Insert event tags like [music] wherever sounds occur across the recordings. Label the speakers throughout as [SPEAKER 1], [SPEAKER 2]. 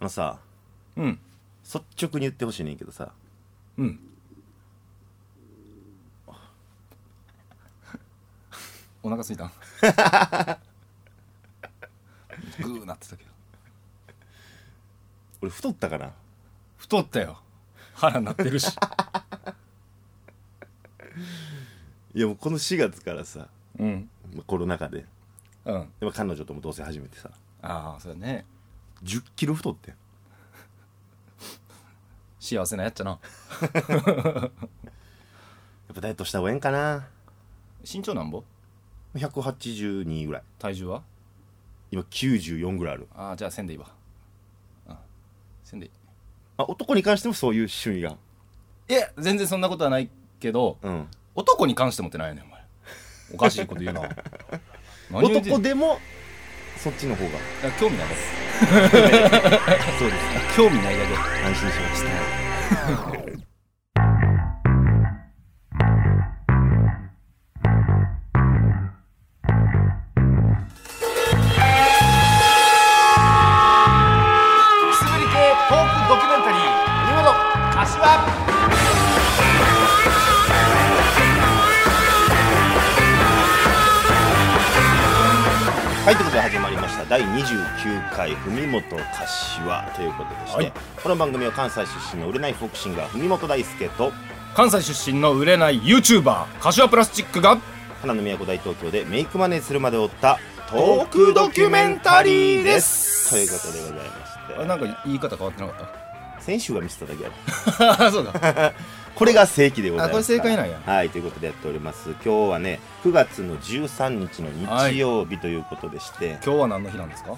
[SPEAKER 1] あのさ
[SPEAKER 2] うん
[SPEAKER 1] 率直に言ってほしいねんけどさ
[SPEAKER 2] うん [laughs] お腹すいた [laughs] んグーなってたけど
[SPEAKER 1] 俺太ったかな
[SPEAKER 2] 太ったよ腹なってるし
[SPEAKER 1] いやもうこの4月からさ
[SPEAKER 2] うん
[SPEAKER 1] まあコロナ禍で
[SPEAKER 2] うんあ
[SPEAKER 1] でまあ彼女とも同棲始めてさ
[SPEAKER 2] あーそうだね
[SPEAKER 1] 1 0キロ太ってん
[SPEAKER 2] 幸せなやっちゃな
[SPEAKER 1] やっぱダイエットした方がええんかな
[SPEAKER 2] 身長なんぼ
[SPEAKER 1] 182ぐらい
[SPEAKER 2] 体重は
[SPEAKER 1] 今94ぐらいある
[SPEAKER 2] ああじゃあ線でいいわうん線でいい
[SPEAKER 1] あ男に関してもそういう趣味が
[SPEAKER 2] いや全然そんなことはないけど
[SPEAKER 1] うん
[SPEAKER 2] 男に関してもってないねんお前おかしいこと言うな何言うてん
[SPEAKER 1] 男でもそっちの方が
[SPEAKER 2] いや興味ないだ
[SPEAKER 1] そうです
[SPEAKER 2] け興味ないだけ
[SPEAKER 1] 安心しました
[SPEAKER 2] くすぶり系トークドキュメンタリー柏
[SPEAKER 1] はいということで始まりました第29回「文元柏」ということでして、
[SPEAKER 2] はい
[SPEAKER 1] この番組は関西出身の売れないフォークシンガー文元大輔と
[SPEAKER 2] 関西出身の売れない YouTuber 柏プラスチックが
[SPEAKER 1] 花の都大東京でメイクマネーするまでを追ったトークドキュメンタリーですということでござい
[SPEAKER 2] あ
[SPEAKER 1] ま
[SPEAKER 2] なんか言い方変わってなかっ
[SPEAKER 1] して先週が見せただけやろ
[SPEAKER 2] た [laughs] あそうだ
[SPEAKER 1] これが正規でございます
[SPEAKER 2] あこれ正解なんや
[SPEAKER 1] はいということでやっております今日はね9月の13日の日曜日ということでして、
[SPEAKER 2] 今日は何の日なん [laughs] ですか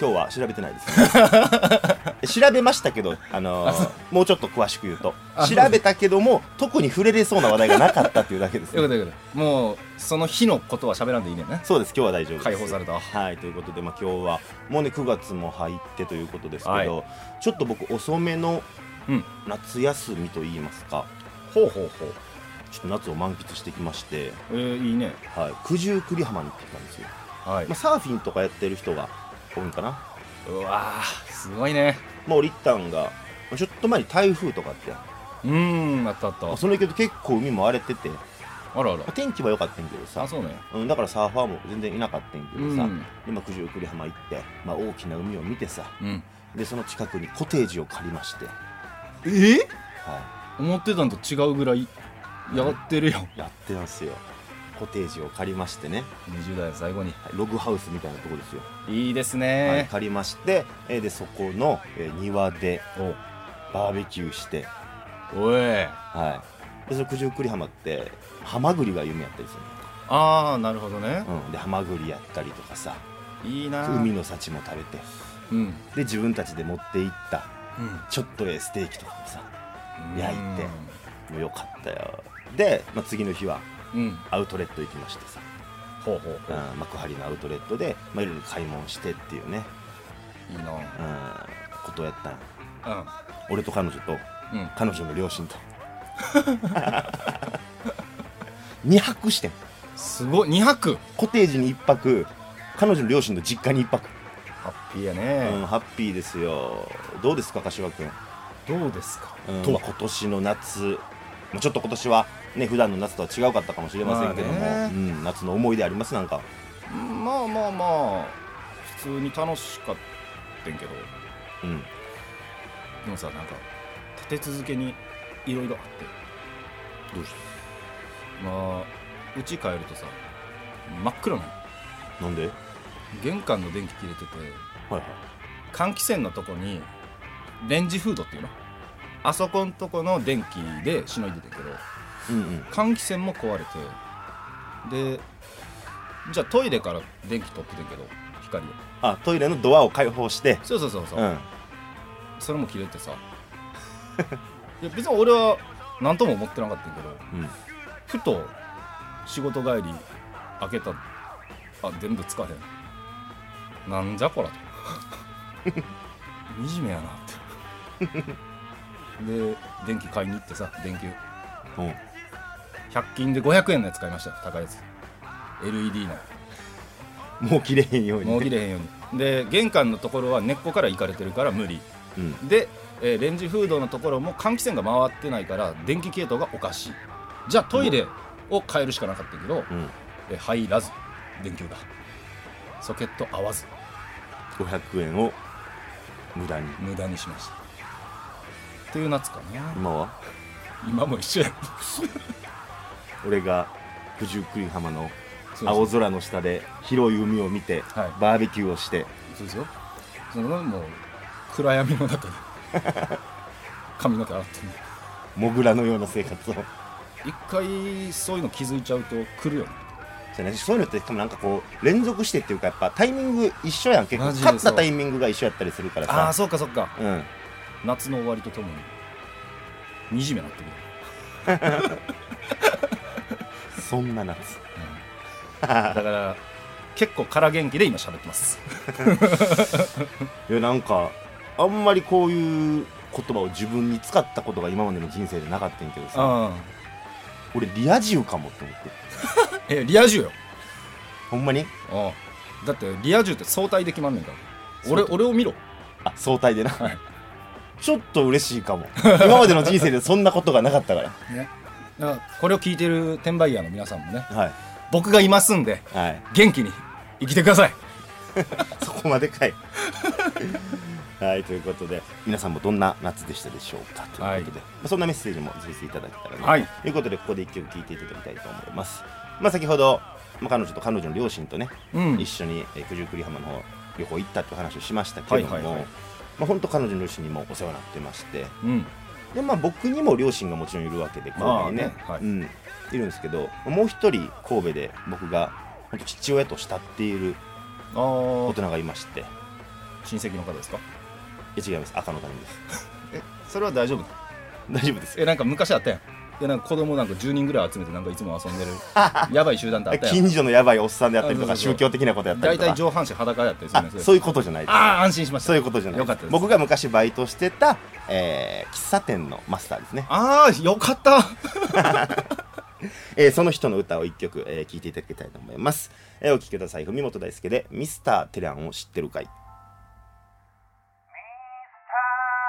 [SPEAKER 1] 今日は調べてないです、
[SPEAKER 2] [laughs]
[SPEAKER 1] ね、調べましたけど、あのーもうちょっと詳しく言うと
[SPEAKER 2] あそう
[SPEAKER 1] 調べたけども特に触れれそうな話題がなかったっていうだけ
[SPEAKER 2] [laughs]
[SPEAKER 1] です、
[SPEAKER 2] よかっ
[SPEAKER 1] ね、
[SPEAKER 2] たよかったもうその日のことは喋らんでいいねんね
[SPEAKER 1] そうです今日は大丈夫です
[SPEAKER 2] 解放された
[SPEAKER 1] はいということで、まあ、今日はもうね9月も入ってということですけど、
[SPEAKER 2] は
[SPEAKER 1] ちょっと僕遅めの
[SPEAKER 2] うん
[SPEAKER 1] 夏休みといいますか
[SPEAKER 2] ほうほうほう
[SPEAKER 1] ちょっと夏を満喫してきまして、
[SPEAKER 2] えー、いいね
[SPEAKER 1] はい、九十九里浜に行ってきたんですよ、
[SPEAKER 2] はい
[SPEAKER 1] まあ、サーフィンとかやってる人が多いんかな
[SPEAKER 2] うわーすごいね
[SPEAKER 1] まあ俺行ったんがまあちょっと前に台風とかあって
[SPEAKER 2] うーんあったあった
[SPEAKER 1] まあその影響で結構海も荒れてて、ま
[SPEAKER 2] あらあ
[SPEAKER 1] あ天気は良かったんやけど
[SPEAKER 2] ら
[SPEAKER 1] さ
[SPEAKER 2] あそうね
[SPEAKER 1] うん、だからサーファーも全然いなかったんやけ
[SPEAKER 2] う
[SPEAKER 1] どさ、
[SPEAKER 2] ん
[SPEAKER 1] 今九十九里浜行って、まあ、大きな海を見てさ
[SPEAKER 2] うん
[SPEAKER 1] でその近くにコテージを借りまして、は
[SPEAKER 2] え
[SPEAKER 1] い、
[SPEAKER 2] 思ってたんと違うぐらいやってるよ
[SPEAKER 1] やってますよコテージを借りましてね、
[SPEAKER 2] 20代最後に
[SPEAKER 1] はいログハウスみたいなとこですよ、
[SPEAKER 2] いいです
[SPEAKER 1] はい、
[SPEAKER 2] ね、
[SPEAKER 1] 借りましてえーでそこの、えー庭で
[SPEAKER 2] お
[SPEAKER 1] バーベキューして、
[SPEAKER 2] おい
[SPEAKER 1] はい、でその九十九里浜ってハマグリが有名やったりする
[SPEAKER 2] ああなるほどね
[SPEAKER 1] のよ、うん、でハマグリやったりとかさ
[SPEAKER 2] いいな
[SPEAKER 1] 海の幸も食べて
[SPEAKER 2] うん、うん、
[SPEAKER 1] で自分たちで持って行ったちょっとええステーキとかもさ焼いてもうよかったよで、まあ、次の日は
[SPEAKER 2] うん
[SPEAKER 1] アウトレット行きましてさ、
[SPEAKER 2] ほうほう
[SPEAKER 1] う
[SPEAKER 2] ほ
[SPEAKER 1] ん
[SPEAKER 2] う、
[SPEAKER 1] 幕張のアウトレットで、まあ、いろいろ買い物してっていうね、
[SPEAKER 2] いいな
[SPEAKER 1] うん、ことをやったんよ俺と彼女と
[SPEAKER 2] うんうん
[SPEAKER 1] 彼女の両親と2泊してん
[SPEAKER 2] すごい2泊
[SPEAKER 1] コテージに1泊彼女の両親の実家に1泊、
[SPEAKER 2] ハッピーや
[SPEAKER 1] うん、
[SPEAKER 2] ね、
[SPEAKER 1] ハッピーですよどうですか柏君
[SPEAKER 2] どうですか、
[SPEAKER 1] うん
[SPEAKER 2] と
[SPEAKER 1] まあ今年の夏まあちょっと今年はね普段の夏とは違うかったかもしれませんけども、
[SPEAKER 2] まあね
[SPEAKER 1] うん、夏の思い出ありますなんか
[SPEAKER 2] まあまあまあ普通に楽しかったんけど
[SPEAKER 1] うん
[SPEAKER 2] でもさなんか立て続けにいろいろあって
[SPEAKER 1] どうし
[SPEAKER 2] まあうち帰るとさ真っ暗なの
[SPEAKER 1] たなんではい
[SPEAKER 2] 玄関の電気切れてて
[SPEAKER 1] はい
[SPEAKER 2] 換気扇のとこにレンジフードっていうのあそこんとこの電気でしのいでたけど
[SPEAKER 1] うんうん
[SPEAKER 2] 換気扇も壊れてでじゃあトイレから電気取っててんけど光を
[SPEAKER 1] あトイレのドアを開放して
[SPEAKER 2] そうそうそうそうう、
[SPEAKER 1] ん
[SPEAKER 2] それも切れてさいや別に俺は何とも思ってなかったんやけど
[SPEAKER 1] うん
[SPEAKER 2] ふと仕事帰り開けたあ全部つかへんなんじゃこらと [laughs] 惨めやなってで電気買いに行ってさ電球
[SPEAKER 1] うん
[SPEAKER 2] 100均で500円のやつ買いました高いやつ LED の
[SPEAKER 1] もう切れへんようにね
[SPEAKER 2] もう切れへんようにで玄関のところは根っこからいかれてるから無理
[SPEAKER 1] うん
[SPEAKER 2] で、えーレンジフードのところも換気扇が回ってないから電気系統がおかしいじゃあトイレを変えるしかなかったけど、
[SPEAKER 1] うん
[SPEAKER 2] えー入らず電球がソケット合わず
[SPEAKER 1] 500円を無駄に
[SPEAKER 2] 無駄にしましたっていう夏かな
[SPEAKER 1] 今は
[SPEAKER 2] 今も一緒 [laughs] や
[SPEAKER 1] 俺が九十九里浜の
[SPEAKER 2] そう
[SPEAKER 1] 青空の下で広い海を見て、
[SPEAKER 2] はい
[SPEAKER 1] バーベキューをして
[SPEAKER 2] そうですよそのもう暗闇の中で髪の毛洗ってね
[SPEAKER 1] モグラのような生活をじゃ
[SPEAKER 2] 一回そういうの気づいちゃうと来るよね
[SPEAKER 1] あねそういうのって多分なんかこう連続してっていうかやっぱタイミング一緒やん結構
[SPEAKER 2] マジでそう
[SPEAKER 1] 勝ったタイミングが一緒やったりするから
[SPEAKER 2] ああー
[SPEAKER 1] さ
[SPEAKER 2] そうかそうか
[SPEAKER 1] うん
[SPEAKER 2] 夏の終わりとともに惨めになってくる、
[SPEAKER 1] そんな夏
[SPEAKER 2] だから結構から元気で今喋ってます
[SPEAKER 1] いやなんかあんまりこういう言葉を自分に使ったことが今までの人生でなかったんやけどさ
[SPEAKER 2] あ
[SPEAKER 1] 俺リア充かもって思って
[SPEAKER 2] あえリア充よ
[SPEAKER 1] ほんまに
[SPEAKER 2] ああだってリア充って相対で決まんねんから俺俺を見ろ
[SPEAKER 1] あ相対でな、
[SPEAKER 2] はい
[SPEAKER 1] ちょっと嬉しいかも今までの人生でそんなことがなかったから
[SPEAKER 2] ねだからこれを聞いてる転売ヤーの皆さんもね
[SPEAKER 1] はい
[SPEAKER 2] 僕がいますんで
[SPEAKER 1] はい
[SPEAKER 2] 元気に生きてください
[SPEAKER 1] そこまでかい [laughs] はいということで皆さんもどんな夏でしたでしょうかということで、まあそんなメッセージも随時いただけたらな、
[SPEAKER 2] はい
[SPEAKER 1] ということでここで一曲聴いていただきたいと思います、まあ、先ほど、まあ、彼女と彼女の両親とね、
[SPEAKER 2] うん
[SPEAKER 1] 一緒にえー九十九里浜の方旅行行ったっていう話をしましたけれども、
[SPEAKER 2] はいはいはい
[SPEAKER 1] まあ、本当彼女の両親にもお世話になってまして
[SPEAKER 2] うん
[SPEAKER 1] で、まあ、僕にも両親がもちろんいるわけで神戸にね,、
[SPEAKER 2] まあねはい
[SPEAKER 1] うん、いるんですけどもう一人神戸で僕が本当父親と慕っている
[SPEAKER 2] あ
[SPEAKER 1] 大人がいましてい
[SPEAKER 2] あ親戚の方ですか
[SPEAKER 1] や違います赤の他人です
[SPEAKER 2] えそれ [laughs] は大丈夫
[SPEAKER 1] 大丈夫ですよ
[SPEAKER 2] えなんか昔あったやんいやなんか子供なんか10人ぐらい集めてなんかいつも
[SPEAKER 1] [laughs]
[SPEAKER 2] 遊んでるやばい集団ってあったやん
[SPEAKER 1] 近所のやばいおっさんであったりとか
[SPEAKER 2] あそうそうそう
[SPEAKER 1] 宗教的なことやったり
[SPEAKER 2] 大
[SPEAKER 1] と
[SPEAKER 2] 体
[SPEAKER 1] か
[SPEAKER 2] 上半身裸やったりする
[SPEAKER 1] あ
[SPEAKER 2] んです
[SPEAKER 1] そういうことじゃないです
[SPEAKER 2] ああ安心しました
[SPEAKER 1] そういうことじゃない
[SPEAKER 2] よかったです
[SPEAKER 1] 僕が昔バイトしてた、えー喫茶店のマスターですね、
[SPEAKER 2] ああよかった
[SPEAKER 1] えーその人の歌を一曲、えー聴いていただきたいと思います、えーお聴きください文本大輔で「ミスターテランを知ってるかい」
[SPEAKER 3] テレンを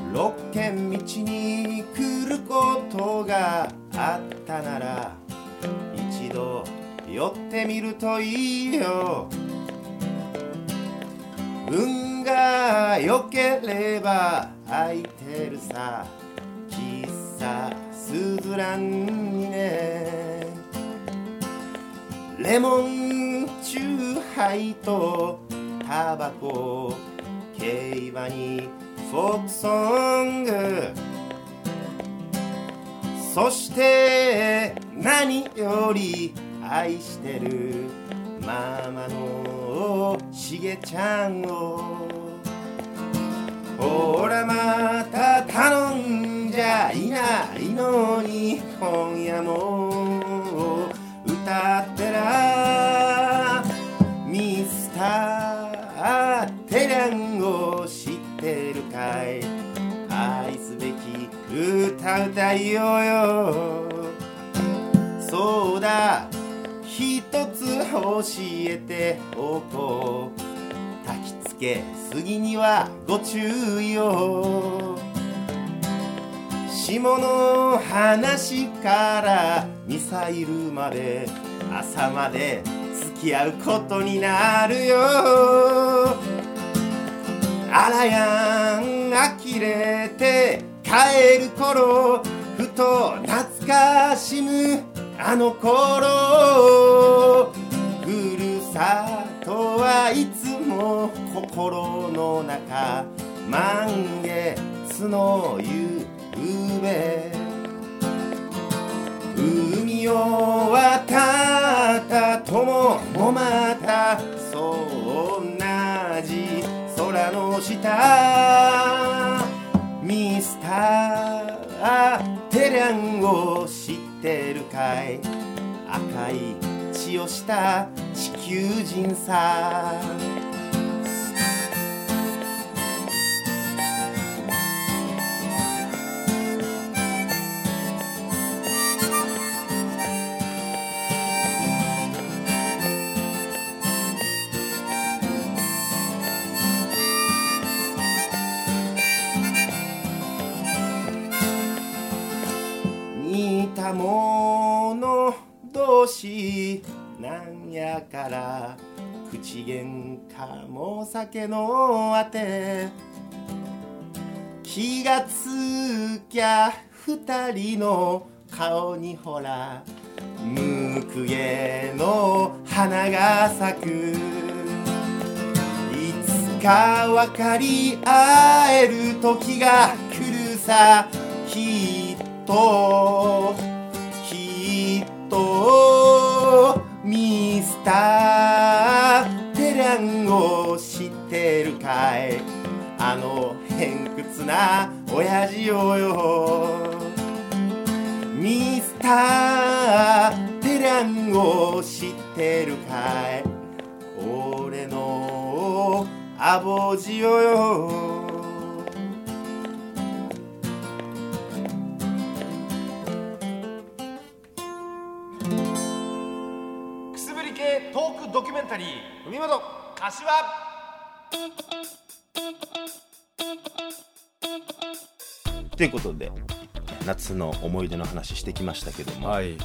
[SPEAKER 3] 知ってるかいあの偏
[SPEAKER 1] 六軒道
[SPEAKER 3] 屈な親父よよ
[SPEAKER 1] に来ることがあったなら一度寄ってみるといいよ運が良ければ空いてるさ喫茶すずらんにねレモンチューハイとタバコ競馬にフォークソングそして何より愛してるママのしげちゃんをほらまた頼んじゃいないのに今夜も歌ってらミスターテランを知ってるかい愛すべき歌歌いようよそうだ一つ教えておこう焚きつけすぎにはご注意を下の話からミサイルまで朝まで付き合うことになるよあらやん呆れて帰る頃ふと懐かしむあの頃ふるさとはいつも心の中満月の夕べ海を渡った友もまたそう同じ空の下ミスターテレンを知ってるかい赤い血をした地球人さ
[SPEAKER 3] 「
[SPEAKER 1] たもの同士なんやから口喧嘩も酒のあて気がつきゃ二人の顔にほらムクゲの花が咲くいつか分かり合える時が来るさきっときっとミスターテランを知ってるかいあの偏屈な親父をよミスターテランを知ってるかい俺のアボジオよ
[SPEAKER 4] くすぶり系トークドキュメンタリー海本柏
[SPEAKER 1] ということで夏の思い出の話してきましたけども、
[SPEAKER 2] はい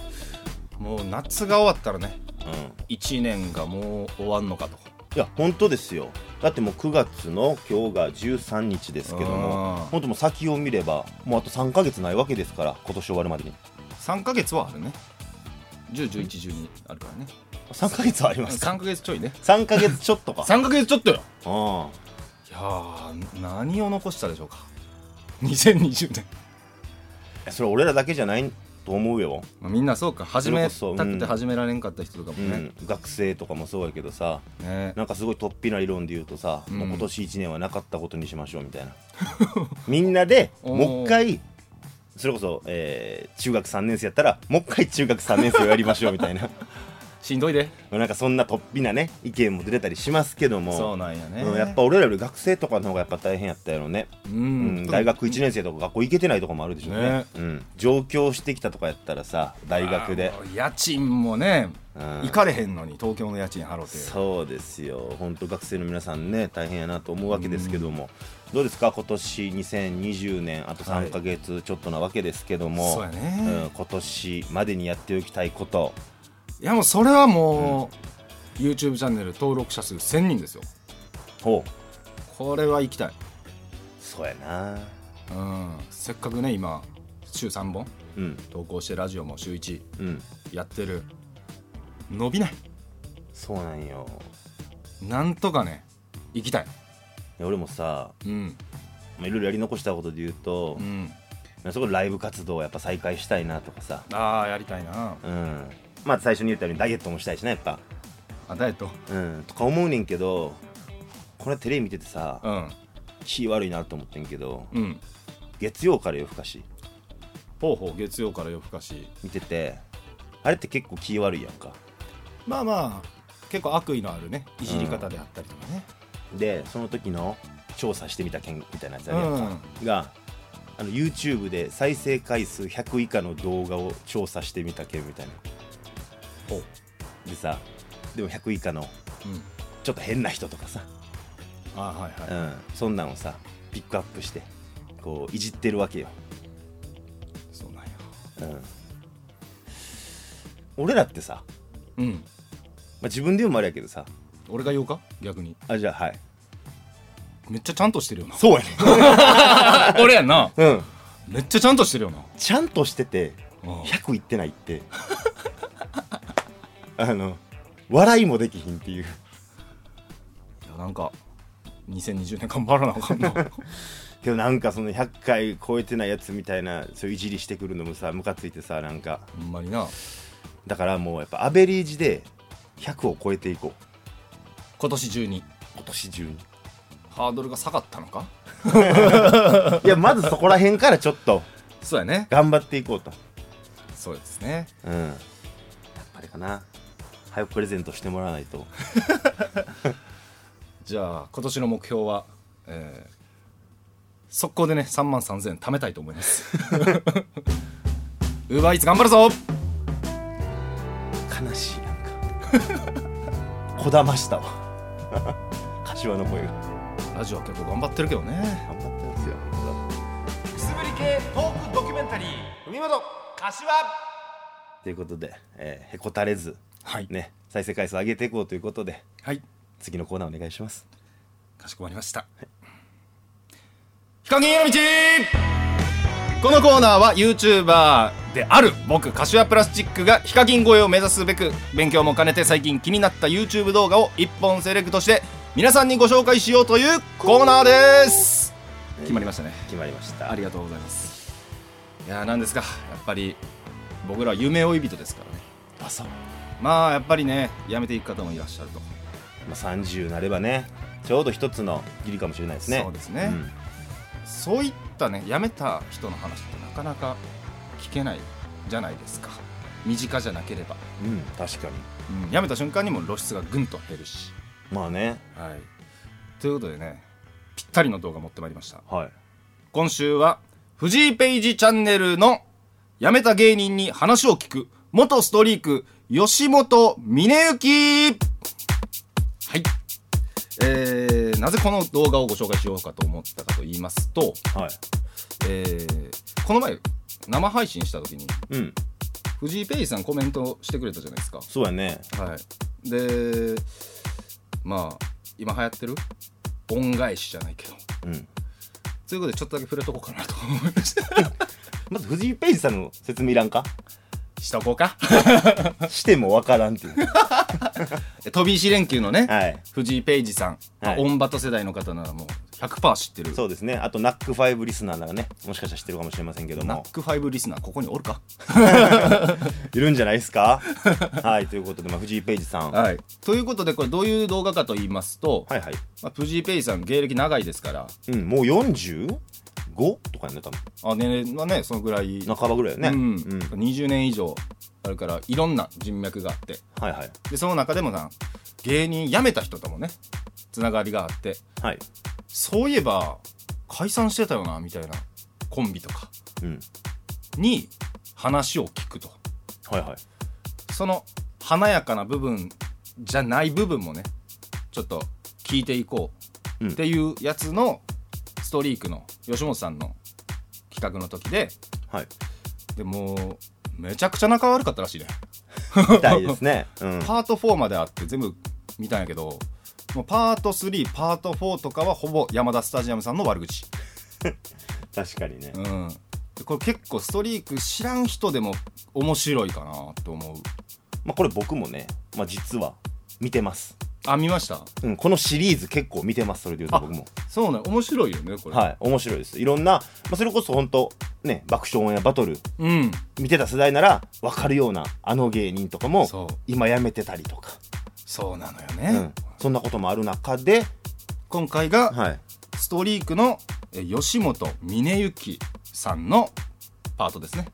[SPEAKER 2] もう夏が終わったらね
[SPEAKER 1] うん、い
[SPEAKER 2] 1年がもう終わんのかと
[SPEAKER 1] や本当ですよだってもう9月の今日が13日ですけども
[SPEAKER 2] あー
[SPEAKER 1] 本当もう先を見ればもうあと3ヶ月ないわけですから今年終わるまでに
[SPEAKER 2] 3ヶ月はあるね101112あるからね
[SPEAKER 1] 3ヶ月はありますか
[SPEAKER 2] 3ヶ月ちょいね
[SPEAKER 1] 3ヶ月ちょっとか
[SPEAKER 2] 3ヶ月ちょっとよ
[SPEAKER 1] うん
[SPEAKER 2] いやー何を残したでしょうか2020年
[SPEAKER 1] いやそれ俺らだけじゃないと思うよ、
[SPEAKER 2] まあみんなそうか始め
[SPEAKER 1] それこ
[SPEAKER 2] た
[SPEAKER 1] そう
[SPEAKER 2] く
[SPEAKER 1] ん
[SPEAKER 2] て始められんかった人とかも
[SPEAKER 1] うん
[SPEAKER 2] ね,、
[SPEAKER 1] 学生とかもそうやけどさ
[SPEAKER 2] ね
[SPEAKER 1] なんかすごい突飛な理論で言うとさ、
[SPEAKER 2] うん
[SPEAKER 1] もう今年1年はなかったことにしましょうみたい
[SPEAKER 2] [laughs]
[SPEAKER 1] なみんなで
[SPEAKER 2] おー
[SPEAKER 1] もう一回それこそ、えー中学3年生やったらもう一回中学3年生をやりましょうみたい
[SPEAKER 2] [laughs]
[SPEAKER 1] な
[SPEAKER 2] しんどいで
[SPEAKER 1] なんかそんな突飛なね意見も出てたりしますけども
[SPEAKER 2] そうなんやね、
[SPEAKER 1] うんやっぱ俺らより学生とかの方がやっぱ大変やったやろね、
[SPEAKER 2] うん、
[SPEAKER 1] うん、大学1年生とか学校行けてないとかもあるでしょうね
[SPEAKER 2] ね
[SPEAKER 1] うん、上京してきたとかやったらさ大学で
[SPEAKER 2] あーもう家賃もね
[SPEAKER 1] うん
[SPEAKER 2] 行かれへんのに東京の家賃払うて
[SPEAKER 1] そうですよ本当学生の皆さんね大変やなと思うわけですけども、どうですか今年2020年あと
[SPEAKER 2] はい
[SPEAKER 1] 3か月ちょっとなわけですけども、
[SPEAKER 2] そうやね
[SPEAKER 1] うん今年までにやっておきたいこと
[SPEAKER 2] いやもうそれはもう、YouTube チャンネル登録者数1000人ですよ
[SPEAKER 1] ほう
[SPEAKER 2] これは行きたい、
[SPEAKER 1] そうやな
[SPEAKER 2] うん、せっかくね今週3本
[SPEAKER 1] うん
[SPEAKER 2] 投稿してラジオも週1
[SPEAKER 1] うん
[SPEAKER 2] やってる伸びない
[SPEAKER 1] そうなんよ
[SPEAKER 2] なんとかね行きたい
[SPEAKER 1] いや俺もさ
[SPEAKER 2] うん
[SPEAKER 1] まあいろいろやり残したことで言うと
[SPEAKER 2] う、ん
[SPEAKER 1] そこでライブ活動をやっぱ再開したいなとかさ
[SPEAKER 2] ああやりたいな
[SPEAKER 1] うんまあ最初に言ったようにダイエットもしたいしなやっぱ
[SPEAKER 2] あダイエット
[SPEAKER 1] うんとか思うねんけどこれテレビ見ててさ
[SPEAKER 2] うん
[SPEAKER 1] 気悪いなと思ってんけど
[SPEAKER 2] うん
[SPEAKER 1] 月曜から夜更かし
[SPEAKER 2] ほうほう月曜から夜更かし
[SPEAKER 1] 見ててあれって結構気悪いやんか
[SPEAKER 2] まあまあ結構悪意のあるねいじり方であったりとかね
[SPEAKER 1] でその時の調査してみた件みたいなやつあ
[SPEAKER 2] う
[SPEAKER 1] るやん
[SPEAKER 2] ん、
[SPEAKER 1] か、があの YouTube で再生回数100以下の動画を調査してみた件みたいな
[SPEAKER 2] ほう
[SPEAKER 1] でさでも100以下の
[SPEAKER 2] うん
[SPEAKER 1] ちょっと変な人とかさ、
[SPEAKER 2] ああはいは
[SPEAKER 1] う
[SPEAKER 2] い、
[SPEAKER 1] ん、そんなんをさピックアップしてこういじってるわけよ、
[SPEAKER 2] そうなんや
[SPEAKER 1] うん、俺らってさ、
[SPEAKER 2] うん
[SPEAKER 1] まあ、自分で言うのもあれやけどさ
[SPEAKER 2] 俺が言おうか逆に
[SPEAKER 1] あじゃあはい
[SPEAKER 2] めっちゃちゃんとしてるよな
[SPEAKER 1] そうやね
[SPEAKER 2] 俺やんな [laughs]
[SPEAKER 1] [laughs] うん
[SPEAKER 2] めっちゃちゃんとしてるよな
[SPEAKER 1] ちゃんとしてて
[SPEAKER 2] うん
[SPEAKER 1] 100いってないって [laughs] あの笑いもできひんっていう
[SPEAKER 2] いやなんか2020年頑張らなあかんな
[SPEAKER 1] けどなんかその100回超えてないやつみたいなそういういじりしてくるのもさムカついてさなんか
[SPEAKER 2] ほんまにな
[SPEAKER 1] だからもうやっぱアベリージで100を超えていこう
[SPEAKER 2] 今年中に
[SPEAKER 1] 今年
[SPEAKER 2] [laughs]
[SPEAKER 1] 中に
[SPEAKER 2] ハードルが下がったのか
[SPEAKER 1] いやまずそこら辺からちょっと
[SPEAKER 2] そうやね
[SPEAKER 1] 頑張っていこうと
[SPEAKER 2] そうですね
[SPEAKER 1] うんやっぱりかな早くプレゼントしてもらわないと
[SPEAKER 2] じゃあ今年の目標は、えー、速攻でね3万3000円貯めたいと思います [laughs] ウーバーイーツ頑張るぞ
[SPEAKER 1] 悲しいなん
[SPEAKER 2] [laughs]
[SPEAKER 1] かこだましたわ [laughs] 柏の声が
[SPEAKER 2] ラジオは結構頑張ってるけどね
[SPEAKER 1] 頑張ってますよ
[SPEAKER 4] くすぶり系トークドキュメンタリー海本柏
[SPEAKER 1] ということで、えーへこたれず、
[SPEAKER 2] はい
[SPEAKER 1] ね、再生回数上げていこうということで
[SPEAKER 2] はい
[SPEAKER 1] 次のコーナーお願いします
[SPEAKER 2] かしこまりましたヒカキンへの道このコーナーは YouTuber である僕カシュアプラスチックがヒカキン越えを目指すべく勉強も兼ねて最近気になった YouTube 動画を1本セレクトして皆さんにご紹介しようというコーナーです決まりましたね
[SPEAKER 1] 決まりました
[SPEAKER 2] ありがとうございますいやー何ですかやっぱり僕らは夢追い人ですからね
[SPEAKER 1] あそう、ま
[SPEAKER 2] まあやっぱりねやめていく方もいらっしゃると
[SPEAKER 1] あ、30になればねちょうど一つのギリかもしれないですね
[SPEAKER 2] そうですね
[SPEAKER 1] ん
[SPEAKER 2] そういったね辞めた人の話ってなかなか聞けないじゃないですか身近じゃなければ、
[SPEAKER 1] うん、確かに
[SPEAKER 2] うん、辞めた瞬間にも露出がぐんと減るし、
[SPEAKER 1] まあね
[SPEAKER 2] はい、ということでねぴったりの動画持ってまいりました
[SPEAKER 1] はい
[SPEAKER 2] 今週は藤井ページチャンネルの辞めた芸人に話を聞く元ストリーク吉本峰行はいえー、なぜこの動画をご紹介しようかと思ったかと言いますと、
[SPEAKER 1] はい
[SPEAKER 2] えーこの前生配信した時に
[SPEAKER 1] うん
[SPEAKER 2] 藤井ペイさんコメントしてくれたじゃないですか
[SPEAKER 1] そうやね
[SPEAKER 2] はいでまあ今流行ってる恩返しじゃないけど
[SPEAKER 1] うん
[SPEAKER 2] ということでちょっとだけ触れとこうかなと思いました [laughs]
[SPEAKER 1] まず藤井ペイジさんの説明いらんか
[SPEAKER 2] しとこうか
[SPEAKER 1] [laughs] してもわからんっていう
[SPEAKER 2] え飛び石連休の
[SPEAKER 1] [laughs]
[SPEAKER 2] ね、
[SPEAKER 1] はい
[SPEAKER 2] 藤井ペイジさん、まあ
[SPEAKER 1] はい
[SPEAKER 2] オンバト世代の方ならもう100%知ってる
[SPEAKER 1] そうですねあとナックファイブリスナーならねもしかしたら知ってるかもしれませんけど
[SPEAKER 2] ナ
[SPEAKER 1] も
[SPEAKER 2] ック5リスナーここにおるか
[SPEAKER 1] いるんじゃないですかはいということで、まあ、藤井ペイジさん、
[SPEAKER 2] はいということでこれどういう動画かと言いますと、
[SPEAKER 1] はいはい
[SPEAKER 2] まあ、藤井ペイジさん芸歴長いですから
[SPEAKER 1] うん、もう 45? とかやね多分
[SPEAKER 2] あ年齢はねそのぐらい
[SPEAKER 1] 半ばぐらいよね、
[SPEAKER 2] うん
[SPEAKER 1] うん
[SPEAKER 2] 20年以上あるからいろんな人脈があって
[SPEAKER 1] はいはい
[SPEAKER 2] でその中でもさ芸人辞めた人ともねつながりがあって
[SPEAKER 1] はい
[SPEAKER 2] そういえば解散してたよなみたいなコンビとか
[SPEAKER 1] うん
[SPEAKER 2] に話を聞くと
[SPEAKER 1] はいはい
[SPEAKER 2] その華やかな部分じゃない部分もねちょっと聞いていこう
[SPEAKER 1] うん
[SPEAKER 2] っていうやつのストリークの吉本さんの企画の時で
[SPEAKER 1] はい
[SPEAKER 2] でもうめちゃくちゃ仲悪かったらしいね。
[SPEAKER 1] みたいです
[SPEAKER 2] [laughs]
[SPEAKER 1] ね、うん、
[SPEAKER 2] パート4まであって全部見たんやけどもうパート3パート4とかはほぼ山田スタジアムさんの悪口、
[SPEAKER 1] 確かにね
[SPEAKER 2] うん、でこれ結構ストリーク知らん人でも面白いかなと思う
[SPEAKER 1] まあ、これ僕もね、まあ、実は見てます、
[SPEAKER 2] あ見ました
[SPEAKER 1] うん、このシリーズ結構見てますそれでいうと僕も
[SPEAKER 2] そうね面白いよねこれ、
[SPEAKER 1] はい面白いですいろんな、まあ、それこそ本当ね爆笑オンエアバトル
[SPEAKER 2] うん
[SPEAKER 1] 見てた世代なら分かるようなあの芸人とかも
[SPEAKER 2] そう
[SPEAKER 1] 今やめてたりとか、
[SPEAKER 2] そうなのよ
[SPEAKER 1] う
[SPEAKER 2] ね、
[SPEAKER 1] ん、そんなこともある中で、
[SPEAKER 2] 今回が
[SPEAKER 1] はい、
[SPEAKER 2] ストリークのえ吉本峰行さんのパートですね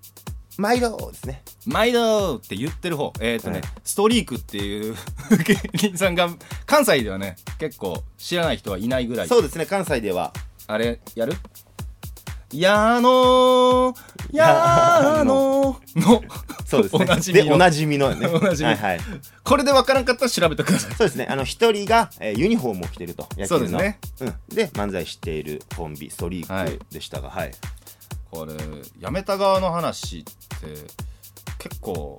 [SPEAKER 1] 毎度ですね
[SPEAKER 2] 毎度って言ってる方えっ、と
[SPEAKER 1] う
[SPEAKER 2] ね、
[SPEAKER 1] ん
[SPEAKER 2] ストリークっていう [laughs] 芸人さんが関西ではね結構知らない人はいないぐらい
[SPEAKER 1] そうですね関西では
[SPEAKER 2] あれやるやーのーやーのーの [laughs]
[SPEAKER 1] そうですね
[SPEAKER 2] おなじみの
[SPEAKER 1] でおなじみのね
[SPEAKER 2] [laughs] おなじみ
[SPEAKER 1] はいはい、
[SPEAKER 2] これでわからんかったら調べてください
[SPEAKER 1] そうですねあの一人が、えーユニフォームを着てると野球の
[SPEAKER 2] そうですね、
[SPEAKER 1] うん、で漫才しているコンビストリークでしたがはい、
[SPEAKER 2] これやめた側の話って結構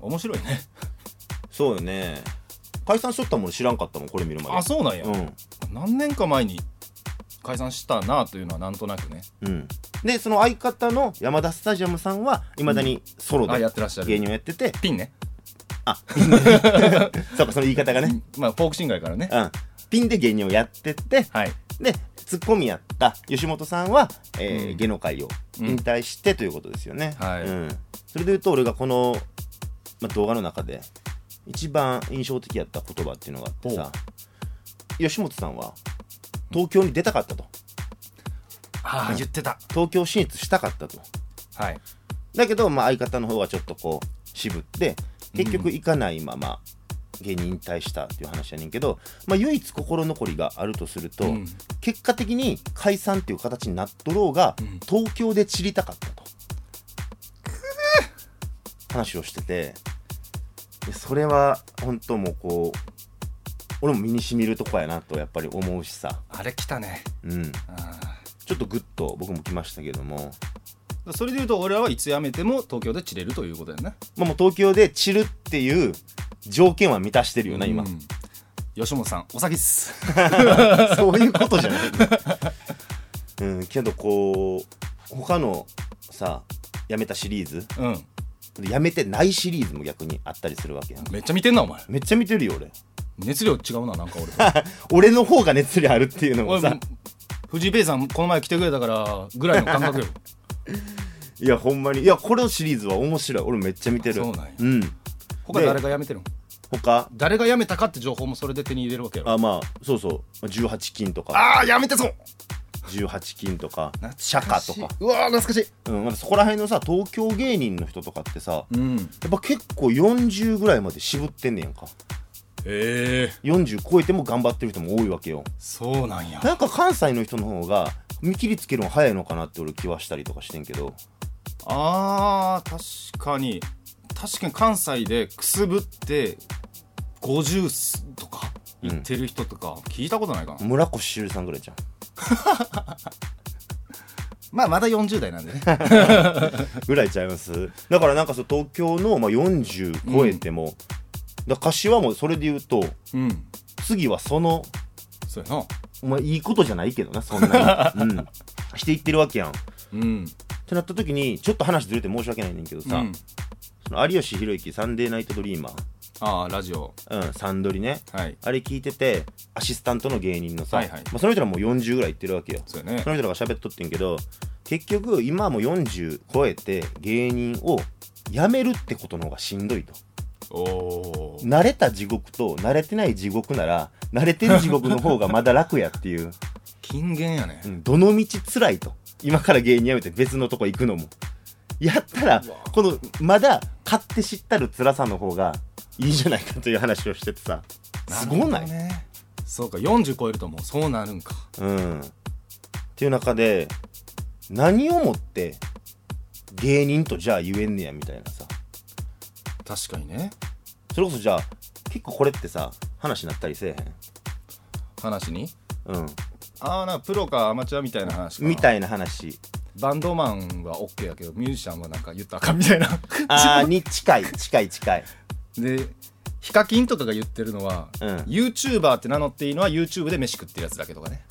[SPEAKER 2] 面白いね
[SPEAKER 1] そうよね解散しとったもの知らんかったもんこれ見るまで
[SPEAKER 2] あそうなんや、
[SPEAKER 1] うん
[SPEAKER 2] 何年か前に解散したなというのはなんとなくね
[SPEAKER 1] うん、でその相方の山田スタジアムさんはいまだにソロ
[SPEAKER 2] あ
[SPEAKER 1] で
[SPEAKER 2] やってらっしゃる
[SPEAKER 1] 芸人をやってて、
[SPEAKER 2] ピンね、
[SPEAKER 1] そうかその言い方がね、
[SPEAKER 2] まあフォークシンガーやからね
[SPEAKER 1] うん、ピンで芸人をやってて
[SPEAKER 2] はい
[SPEAKER 1] でツッコミやった吉本さんは、えー
[SPEAKER 2] うん
[SPEAKER 1] 芸能界を引退してということですよね、
[SPEAKER 2] はい
[SPEAKER 1] うん、それでいうと俺がこの、まあ、動画の中で一番印象的やった言葉っていうのがあってさ吉本さんは東京に出たかったと
[SPEAKER 2] ああ言ってた
[SPEAKER 1] 東京進出したかったと
[SPEAKER 2] はい
[SPEAKER 1] だけど、まあ、相方の方がちょっとこう渋って結局行かないまま芸人引退したっていう話やねんけど、まあ、唯一心残りがあるとすると、
[SPEAKER 2] うん
[SPEAKER 1] 結果的に解散っていう形になっとろうが、
[SPEAKER 2] うん
[SPEAKER 1] 東京で散りたかったと話をしててでそれは本当もうこう俺も身にしみるとこやなとやっぱり思うしさ、
[SPEAKER 2] あれ来たね
[SPEAKER 1] うん、
[SPEAKER 2] あ
[SPEAKER 1] ちょっとグッと僕も来ましたけども
[SPEAKER 2] らそれで言うと俺らはいつ辞めても東京で散れるということだよね
[SPEAKER 1] まあ、もう東京で散るっていう条件は満たしてるよな今、
[SPEAKER 2] うん吉本さんお先っす
[SPEAKER 1] [laughs] そういうことじゃない、うん、けどこう他のさやめたシリーズ
[SPEAKER 2] [laughs] うん
[SPEAKER 1] やめてないシリーズも逆にあったりするわけやん
[SPEAKER 2] めっちゃ見てんなお前
[SPEAKER 1] めっちゃ見てるよ俺
[SPEAKER 2] 熱量違うななん [laughs] か俺と
[SPEAKER 1] 俺の方が熱量あるっていうのも
[SPEAKER 2] 俺
[SPEAKER 1] さ
[SPEAKER 2] も藤井ペイさんこの前来てくれたからぐらいの感 [laughs] 覚よ
[SPEAKER 1] いやほんまにいやこのシリーズは面白い俺めっちゃ見てる
[SPEAKER 2] そうなんや
[SPEAKER 1] うん
[SPEAKER 2] 他
[SPEAKER 1] で
[SPEAKER 2] 誰が辞めてるの
[SPEAKER 1] 他
[SPEAKER 2] 誰が辞めたかって情報もそれで手に入れるわけよ
[SPEAKER 1] あまあそうそう18金とか
[SPEAKER 2] ああー辞めてそう
[SPEAKER 1] 18金とか
[SPEAKER 2] 懐かしい
[SPEAKER 1] 釈迦とか
[SPEAKER 2] うわー懐かしい
[SPEAKER 1] うん、なんかそこら辺のさ東京芸人の人とかってさ、
[SPEAKER 2] うんへ
[SPEAKER 1] やっぱ結構40ぐらいまで渋ってんねやんか
[SPEAKER 2] え
[SPEAKER 1] 40超えても頑張ってる人も多いわけよ
[SPEAKER 2] そうなんや
[SPEAKER 1] なんか関西の人の方が見切りつけるの早いのかなって俺気はしたりとかしてんけど
[SPEAKER 2] あー確かに確かに関西でくすぶって50とか言ってる人とか聞いたことないかな、
[SPEAKER 1] 村越しゅるさんぐらいじゃん
[SPEAKER 2] まあまだ40代なんでね
[SPEAKER 1] ぐらいちゃいますだからなんかそう東京の、まあ、40超えても、だから柏もそれで言うと
[SPEAKER 2] [laughs] うん
[SPEAKER 1] 次はその
[SPEAKER 2] そうやな
[SPEAKER 1] お前いいことじゃないけどなそんな [laughs] に、うん、していってるわけやんっ
[SPEAKER 2] うん
[SPEAKER 1] てなった時にちょっと話ずれて申し訳ないねんけどさ、
[SPEAKER 2] うん
[SPEAKER 1] その有吉弘行「サンデーナイトドリーマ
[SPEAKER 2] ああラジオ
[SPEAKER 1] ー」うん、サンドリね
[SPEAKER 2] はい
[SPEAKER 1] あれ聞いててアシスタントの芸人のさ、
[SPEAKER 2] はいはい
[SPEAKER 1] まあ、その人らもう40ぐらい行ってるわけよ
[SPEAKER 2] そうやね
[SPEAKER 1] その人らが喋っとってんけど結局今はもう40超えて芸人を辞めるってことの方がしんどいと
[SPEAKER 2] おお
[SPEAKER 1] 慣れた地獄と慣れてない地獄なら慣れてる地獄の方がまだ楽やっていう、 [laughs]
[SPEAKER 2] 金言やね
[SPEAKER 1] うんどの道辛いと今から芸人辞めて別のとこ行くのもやったらこのまだ勝手知ったる辛さの方がいいじゃないかという話をしててさすごな
[SPEAKER 2] なる
[SPEAKER 1] い
[SPEAKER 2] ほどねそうか40超えるともうそうなるんか
[SPEAKER 1] うん。っていう中で、何をもって芸人とじゃあ言えんねやみたいなさ。
[SPEAKER 2] 確かにね
[SPEAKER 1] それこそじゃあ、結構これってさ、話になったりせえ
[SPEAKER 2] 話に
[SPEAKER 1] へん。うん。
[SPEAKER 2] ああなプロかアマチュアみたいな話か
[SPEAKER 1] みたいな話。
[SPEAKER 2] バンドマンは OK やけどミュージシャンはなんか言ったらあかんみ
[SPEAKER 1] [laughs]
[SPEAKER 2] たいな
[SPEAKER 1] あーに近
[SPEAKER 2] [laughs]
[SPEAKER 1] い、近い、近い。
[SPEAKER 2] でヒカキンとかが言ってるのは、
[SPEAKER 1] うん
[SPEAKER 2] YouTuber って名乗っていいのは YouTube で飯食ってるやつだけとかね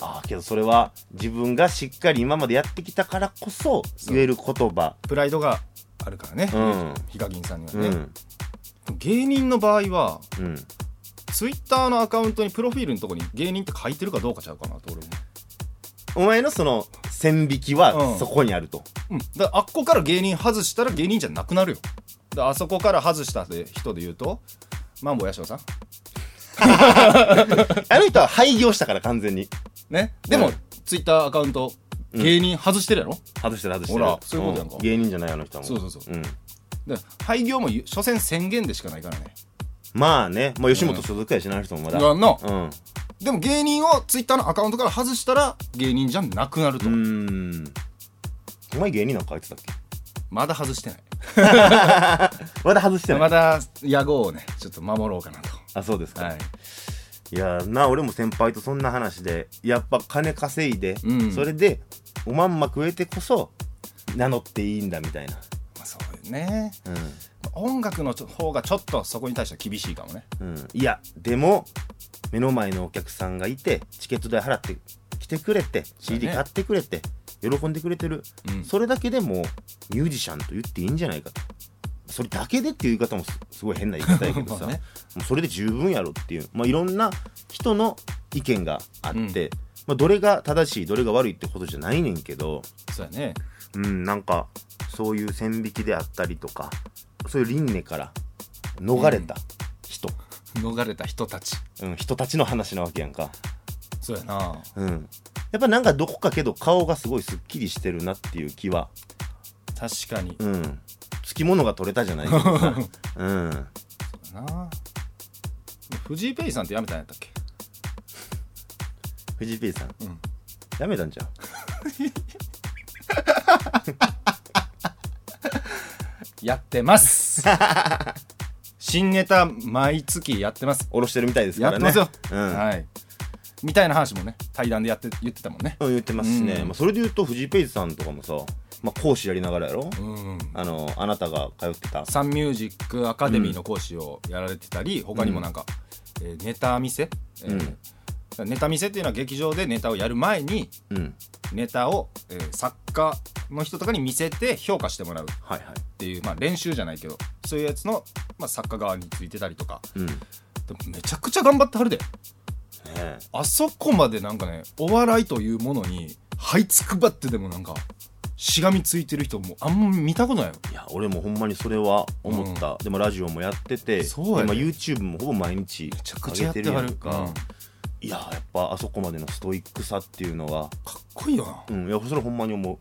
[SPEAKER 1] ああ、けどそれは自分がしっかり今までやってきたからこそ言える言葉。
[SPEAKER 2] プライドがあるからね、
[SPEAKER 1] うん
[SPEAKER 2] ヒカキンさんには
[SPEAKER 1] う
[SPEAKER 2] ね、
[SPEAKER 1] ん。
[SPEAKER 2] 芸人の場合は
[SPEAKER 1] うん。
[SPEAKER 2] Twitter のアカウントにプロフィールのとこに芸人って書いてるかどうかちゃうかなと俺も
[SPEAKER 1] お前のその線引き
[SPEAKER 2] う
[SPEAKER 1] は
[SPEAKER 2] ん
[SPEAKER 1] そこにあると。
[SPEAKER 2] うん、だからあっこから芸人外したら芸人じゃなくなるよだからあそこから外したで人で言うとマンボウ八代さん
[SPEAKER 1] あの人は廃業したから完全に。
[SPEAKER 2] ねでも、
[SPEAKER 1] うん
[SPEAKER 2] ツイッターアカウント芸人外してるやろ、
[SPEAKER 1] 外してる外してる。
[SPEAKER 2] ほらそういうことやんか
[SPEAKER 1] う芸人じゃないあの人はも
[SPEAKER 2] そうそうそう
[SPEAKER 1] うん。
[SPEAKER 2] で廃業もゆ所詮宣言でしかないからね
[SPEAKER 1] まあね、まあ、吉本所属やしな、あの人もまだ。
[SPEAKER 2] うわな
[SPEAKER 1] うん。う
[SPEAKER 2] でも芸人をツイッターのアカウントから外したら芸人じゃなくなると、
[SPEAKER 1] ーん。お前芸人なんか入ってたっけ
[SPEAKER 2] まだ外してない
[SPEAKER 1] まだ外してない。
[SPEAKER 2] まだ野号をねちょっと守ろうかなと
[SPEAKER 1] あ、そうですか。
[SPEAKER 2] はいい、
[SPEAKER 1] やーな、俺も先輩とそんな話で、やっぱ金稼いで、
[SPEAKER 2] うん
[SPEAKER 1] それで、おまんま食えてこそ、名乗っていいんだみたいな。
[SPEAKER 2] まあ、そうよね
[SPEAKER 1] う
[SPEAKER 2] 音楽のちょ方がちょっとそこに対しては厳しいかもね
[SPEAKER 1] ん。うん。いや、でも、目の前のお客さんがいて、チケット代払って来てくれて、
[SPEAKER 2] そうね
[SPEAKER 1] CD 買ってくれて、喜んでくれてる、
[SPEAKER 2] うん
[SPEAKER 1] それだけでもミュージシャンと言っていいんじゃないかとそれだけでっていう言い方もすすごい変な言い方やけどさ、
[SPEAKER 2] [laughs] まあね
[SPEAKER 1] もうそれで十分やろっていう、まあ、いろんな人の意見があって、
[SPEAKER 2] うん
[SPEAKER 1] まあ、どれが正しいどれが悪いってことじゃないねんけど、
[SPEAKER 2] そうやね
[SPEAKER 1] うん、なんかそういう線引きであったりとかそういう輪廻から逃れた人、
[SPEAKER 2] 逃れた人たち
[SPEAKER 1] うん、人たちの話なわけやんか。
[SPEAKER 2] そうやな
[SPEAKER 1] うんやっぱなんかどこかけど顔がすごいすっきりしてるなっていう気は
[SPEAKER 2] 確か [laughs] に
[SPEAKER 1] うん。つきものが取れたじゃないけどさ。うん。
[SPEAKER 2] な藤井ペイさんって辞めたんやったっけ
[SPEAKER 1] [laughs] 藤井 P さん。
[SPEAKER 2] うん
[SPEAKER 1] やめたんじゃん。
[SPEAKER 2] やってます
[SPEAKER 1] [laughs]
[SPEAKER 2] 新ネタ毎月やってます
[SPEAKER 1] おろしてるみたいですか
[SPEAKER 2] やっ
[SPEAKER 1] ら
[SPEAKER 2] て
[SPEAKER 1] ね。
[SPEAKER 2] ますよ、
[SPEAKER 1] うん。
[SPEAKER 2] はいみたいな話もね対談でやって言ってたもんね
[SPEAKER 1] うん言ってますしね、
[SPEAKER 2] うん
[SPEAKER 1] まあ、それで言うと藤井ペイさんとかもさまあ、講師やりながらやろ、
[SPEAKER 2] うん
[SPEAKER 1] あのあなたが通ってた
[SPEAKER 2] サンミュージックアカデミーの講師をやられてたり、他にもなんか、えーネタ見せ、えーネタ見せっていうのは劇場でネタをやる前に
[SPEAKER 1] うん
[SPEAKER 2] ネタを、えー作家の人とかに見せて評価してもらうっ
[SPEAKER 1] はいはい
[SPEAKER 2] ていう、まあ、練習じゃないけどそういうやつの、まあ、作家側についてたりとか
[SPEAKER 1] うんね
[SPEAKER 2] でもめちゃくちゃ頑張ってはるで
[SPEAKER 1] え
[SPEAKER 2] あそこまでなんかねお笑いというものに這いつくばってでもなんかしがみついてる人もあんま見たことないよ
[SPEAKER 1] いや俺もほんまにそれは思った、でもラジオもやってて
[SPEAKER 2] そうやね
[SPEAKER 1] 今 YouTube もほぼ毎日
[SPEAKER 2] めちゃくち
[SPEAKER 1] 上
[SPEAKER 2] ゃや
[SPEAKER 1] げ
[SPEAKER 2] ってて
[SPEAKER 1] るや
[SPEAKER 2] は
[SPEAKER 1] ん
[SPEAKER 2] る
[SPEAKER 1] か、
[SPEAKER 2] うんか
[SPEAKER 1] いややっぱあそこまでのストイックさっていうのは
[SPEAKER 2] っこいいよな
[SPEAKER 1] うんいやそれほんまに思う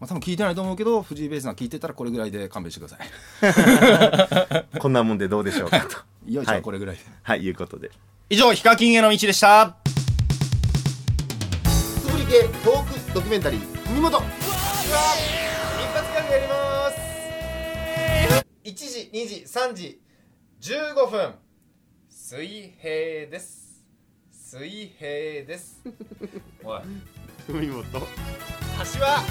[SPEAKER 2] まあ、多分聞いてないと思うけど藤井ベースさん聞いてたらこれぐらいで勘弁してください
[SPEAKER 1] こんなもんでどうでしょうかと
[SPEAKER 2] よいしょ、
[SPEAKER 1] はい
[SPEAKER 2] これぐらいで
[SPEAKER 1] はいいうことで
[SPEAKER 2] 以上ヒカキンへの道でした
[SPEAKER 5] くすぶり系トークドキュメンタリー海本一発ギャグやります1時2時3時15分水平です水平ですお [laughs] い
[SPEAKER 1] 海本
[SPEAKER 5] 橋は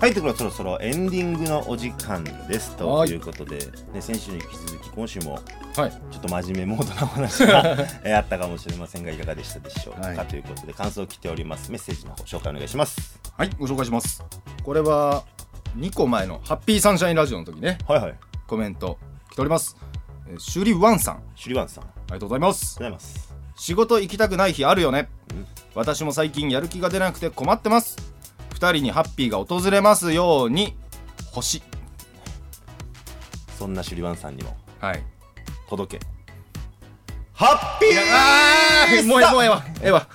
[SPEAKER 1] はいところでそろそろエンディングのお時間ですと
[SPEAKER 2] はい
[SPEAKER 1] いうことで、ね、先週に引き続き今週も
[SPEAKER 2] はい
[SPEAKER 1] ちょっと真面目モードなお話が [laughs] えーあったかもしれませんがいかがでしたでしょうか、
[SPEAKER 2] はい
[SPEAKER 1] ということで感想を来ておりますメッセージの方紹介お願いします
[SPEAKER 2] はいご紹介しますこれは2個前のハッピーサンシャインラジオの時ね
[SPEAKER 1] はいはい
[SPEAKER 2] コメント来ておりますえーシュリワンさんあ
[SPEAKER 1] シュリワンさんありがとう
[SPEAKER 2] りがとうございます
[SPEAKER 1] ございます
[SPEAKER 2] 仕事行きたくない日あるよね、私も最近やる気が出なくて困ってます2人にハッピーが訪れますように星
[SPEAKER 1] そんなシュリワンさんにも
[SPEAKER 2] はい
[SPEAKER 1] 届けハッピ
[SPEAKER 2] あーもうええもうええわええわ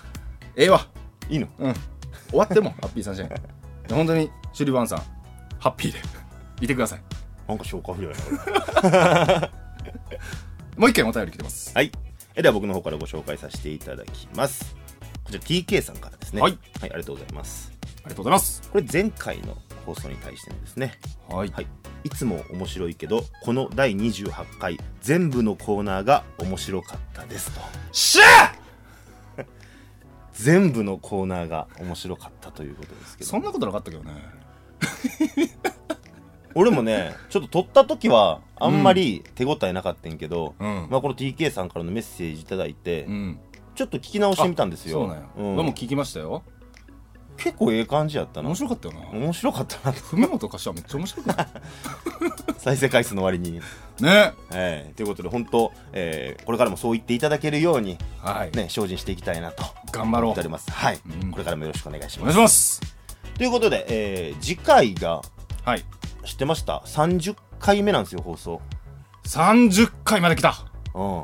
[SPEAKER 2] ええわ
[SPEAKER 1] ーいいの
[SPEAKER 2] うん終わってもハッピーサンシャイン本当にシュリバンさんハッピーでいてください
[SPEAKER 1] なんか消化不良やなこれ
[SPEAKER 2] もう一件お便り来てます
[SPEAKER 1] はい。えでは僕の方からご紹介させていただきます。こちら TK さんからですね。
[SPEAKER 2] はい。
[SPEAKER 1] はい、ありがとうございます。
[SPEAKER 2] ありがとうございます
[SPEAKER 1] これ前回の放送に対してのですね。
[SPEAKER 2] はい
[SPEAKER 1] はい。いつも面白いけど、この第28回、全部のコーナーが面白かったですと。
[SPEAKER 2] しゃ
[SPEAKER 1] 全部のコーナーが面白かったということですけど。
[SPEAKER 2] そんなことなかったけどね
[SPEAKER 1] 俺もね、ちょっと撮った時は、あんまり手応えなかったんやけど、
[SPEAKER 2] うん
[SPEAKER 1] まあこの TK さんからのメッセージいただいて、
[SPEAKER 2] うん
[SPEAKER 1] ちょっと聞き直してみたんですよ。
[SPEAKER 2] そうなんや、
[SPEAKER 1] ん
[SPEAKER 2] 俺も聞きましたよ
[SPEAKER 1] 結構ええ感じやったな
[SPEAKER 2] 面。白かったよな
[SPEAKER 1] 面白かったなと。
[SPEAKER 2] 文本歌詞はめっちゃ面白くない
[SPEAKER 1] 再生回数の割に。 [laughs]
[SPEAKER 2] ね
[SPEAKER 1] えーということで本当、えーこれからもそう言っていただけるように、
[SPEAKER 2] はい、
[SPEAKER 1] ね、精進していきたいなと
[SPEAKER 2] 頑張ろう
[SPEAKER 1] 思っております、はい
[SPEAKER 2] うん
[SPEAKER 1] これからもよろしくお願いし
[SPEAKER 2] お
[SPEAKER 1] ま
[SPEAKER 2] 願い
[SPEAKER 1] す
[SPEAKER 2] します
[SPEAKER 1] ということで、えー次回が
[SPEAKER 2] はい
[SPEAKER 1] 知ってました30回目なんですよ放送、
[SPEAKER 2] 30回まで来た
[SPEAKER 1] うん、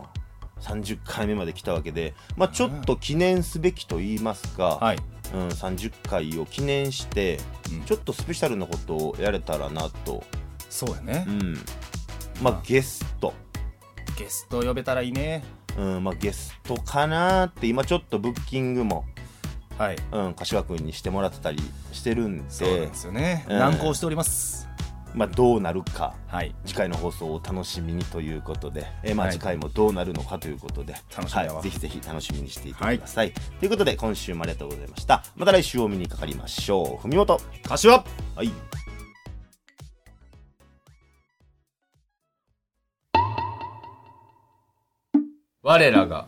[SPEAKER 1] 30回目まで来たわけで、まあ、ちょっと記念すべきと言いますか、
[SPEAKER 2] はい
[SPEAKER 1] うん、30回を記念して、
[SPEAKER 2] うん
[SPEAKER 1] ちょっとスペシャルなことをやれたらなと、
[SPEAKER 2] そうやね
[SPEAKER 1] うんまあ
[SPEAKER 2] まあ、
[SPEAKER 1] ゲスト
[SPEAKER 2] ゲスト呼べたらいいね
[SPEAKER 1] うんまあ、ゲストかなーって今ちょっとブッキングも
[SPEAKER 2] はい
[SPEAKER 1] うん、柏君にしてもらってたりしてるん
[SPEAKER 2] そうなん
[SPEAKER 1] で
[SPEAKER 2] で、すよね、
[SPEAKER 1] うん
[SPEAKER 2] 難航しております
[SPEAKER 1] まあ、どうなるか
[SPEAKER 2] はい
[SPEAKER 1] 次回の放送をお楽しみにということで、えーまあ、
[SPEAKER 2] はい
[SPEAKER 1] 次回もどうなるのかということで、
[SPEAKER 2] 楽しみやわ
[SPEAKER 1] はい、ぜひぜひ楽しみにしていてください、ということで今週もありがとうございましたまた来週お見にかかりましょう文元
[SPEAKER 2] 柏
[SPEAKER 1] はい
[SPEAKER 6] 我らが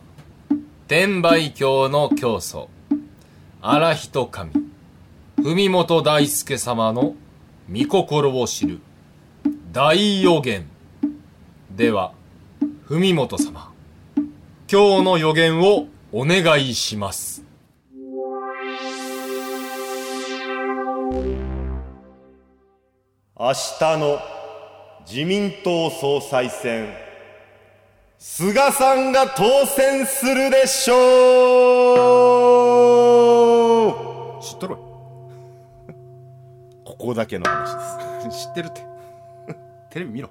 [SPEAKER 6] 天売教の教祖荒人神文本大輔様の御心を知る大予言では文本様今日の予言をお願いします
[SPEAKER 1] 明日の自民党総裁選菅さんが当選するでしょう
[SPEAKER 2] 知っとろ [laughs]
[SPEAKER 1] ここだけの話です
[SPEAKER 2] よ [laughs] 知ってるってテレビ見ろ